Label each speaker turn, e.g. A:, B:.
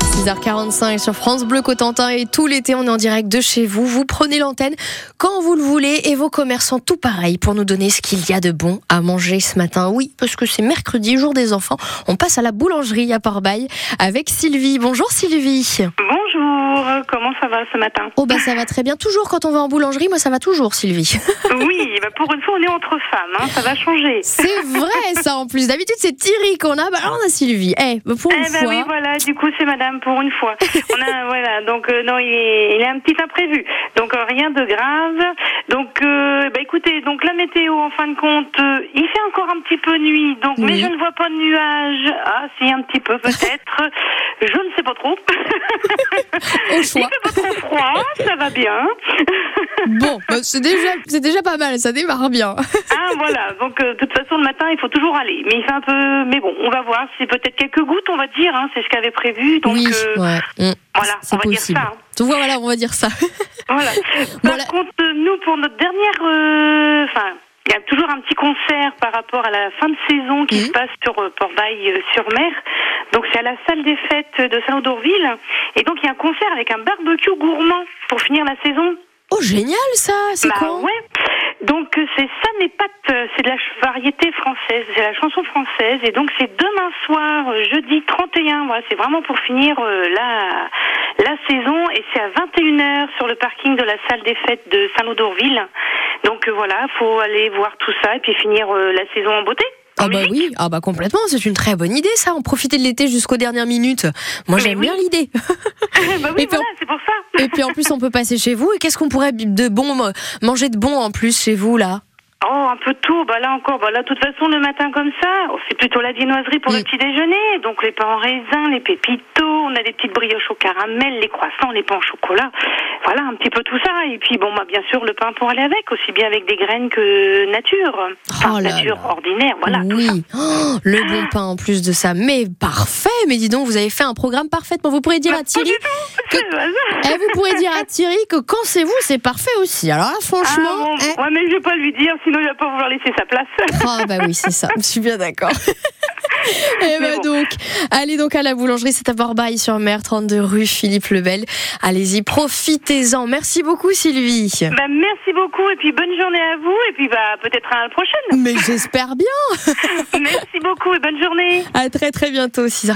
A: 6h45 sur France Bleu Cotentin et tout l'été on est en direct de chez vous. Vous prenez l'antenne quand vous le voulez et vos commerçants tout pareil pour nous donner ce qu'il y a de bon à manger ce matin. Oui, parce que c'est mercredi, jour des enfants. On passe à la boulangerie à Port-Bail avec Sylvie. Bonjour Sylvie.
B: Bonjour, comment ça va ce matin
A: Oh bah ça va très bien. Toujours quand on va en boulangerie, moi ça va toujours Sylvie.
B: Oui, bah pour une fois on est entre femmes, hein, ça va changer.
A: C'est vrai ça en plus. D'habitude c'est Thierry qu'on a, bah là on a Sylvie. Eh, pour une
B: eh ben
A: fois.
B: oui, voilà, du coup c'est madame pour une fois. On a, voilà, donc euh, non, il est, il est un petit imprévu. Donc euh, rien de grave. Donc, euh, bah, écoutez, donc la météo en fin de compte, euh, il fait encore un petit peu nuit, donc, mais
A: Oui.
B: je ne vois pas de nuages. Ah si, un petit peu peut-être. je ne sais pas trop.
A: Au
B: Il
A: choix.
B: fait pas trop froid, ça va bien.
A: Bon, bah, c'est déjà, c'est déjà pas mal, ça démarre bien.
B: Ah voilà, donc euh, de toute façon le matin il faut toujours aller. Mais il fait un peu, mais bon, on va voir. C'est peut-être quelques gouttes, on va dire. Hein, c'est ce qu'avait prévu. Donc
A: oui,
B: euh,
A: ouais. Mm.
B: voilà,
A: C'est
B: on va
A: possible.
B: dire ça. hein.
A: Tu vois, voilà, on va dire ça.
B: Voilà.
A: Bon,
B: Par
A: là-
B: contre, euh, nous, pour notre dernière. euh, Enfin, il y a toujours un petit concert par rapport à la fin de saison qui
A: Mhm.
B: se passe sur euh, Port-Bail-sur-Mer. Donc, c'est à la salle des fêtes de Saint-Odorville. Et donc, il y a un concert avec un barbecue gourmand pour finir la saison.
A: Oh, génial ça C'est
B: Bah
A: quoi
B: ouais. Donc euh, c'est ça mes pattes, euh, c'est de la ch- variété française, c'est la chanson française et donc c'est demain soir, euh, jeudi 31, voilà, c'est vraiment pour finir euh, la la saison et c'est à 21h sur le parking de la salle des fêtes de Saint-Lô-d'Orville. Donc euh, voilà, faut aller voir tout ça et puis finir euh, la saison en beauté.
A: Ah bah oui, ah bah complètement, c'est une très bonne idée ça, en profiter de l'été jusqu'aux dernières minutes. Moi
B: Mais
A: j'aime
B: oui.
A: bien l'idée.
B: bah
A: Et puis
B: oui, voilà, c'est pour ça.
A: Et puis en plus on peut passer chez vous et qu'est-ce qu'on pourrait de bon euh, manger de bon en plus chez vous là
B: Oh, un peu tôt, bah là encore, bah là, de toute façon, le matin comme ça, oh, c'est plutôt la viennoiserie pour
A: Mm.
B: le petit déjeuner. Donc, les pains en raisin, les pépitos, on a des petites brioches au caramel, les croissants, les pains au chocolat. Voilà, un petit peu tout ça. Et puis, bon, bah, bien sûr, le pain pour aller avec, aussi bien avec des graines que nature. Enfin,
A: Oh là
B: nature
A: là.
B: ordinaire, voilà. tout ça.
A: oui, Oh, le bon pain en plus de ça. Mais parfait, mais dis donc, vous avez fait un programme parfait. Bon, vous pourrez
B: Bah,
A: dire à Thierry, que-
B: C'est le hasard.
A: eh, vous pourrez dire à Thierry que quand c'est vous, c'est parfait aussi. Alors là,
B: Ah,
A: franchement,
B: bon,
A: eh,
B: ouais, mais je vais pas lui dire, sinon il va pas vouloir laisser sa place.
A: Ah bah oui, c'est ça. Je suis bien d'accord. Et bah
B: Mais
A: donc, allez donc à la boulangerie, c'est à Borbaille sur mer 32 rue Philippe Lebel. Allez-y, profitez-en. Merci beaucoup Sylvie.
B: bah, merci beaucoup, et puis bonne journée à vous, et puis, bah, peut-être à la prochaine.
A: Mais j'espère bien.
B: merci beaucoup, et bonne journée.
A: À très très bientôt 6h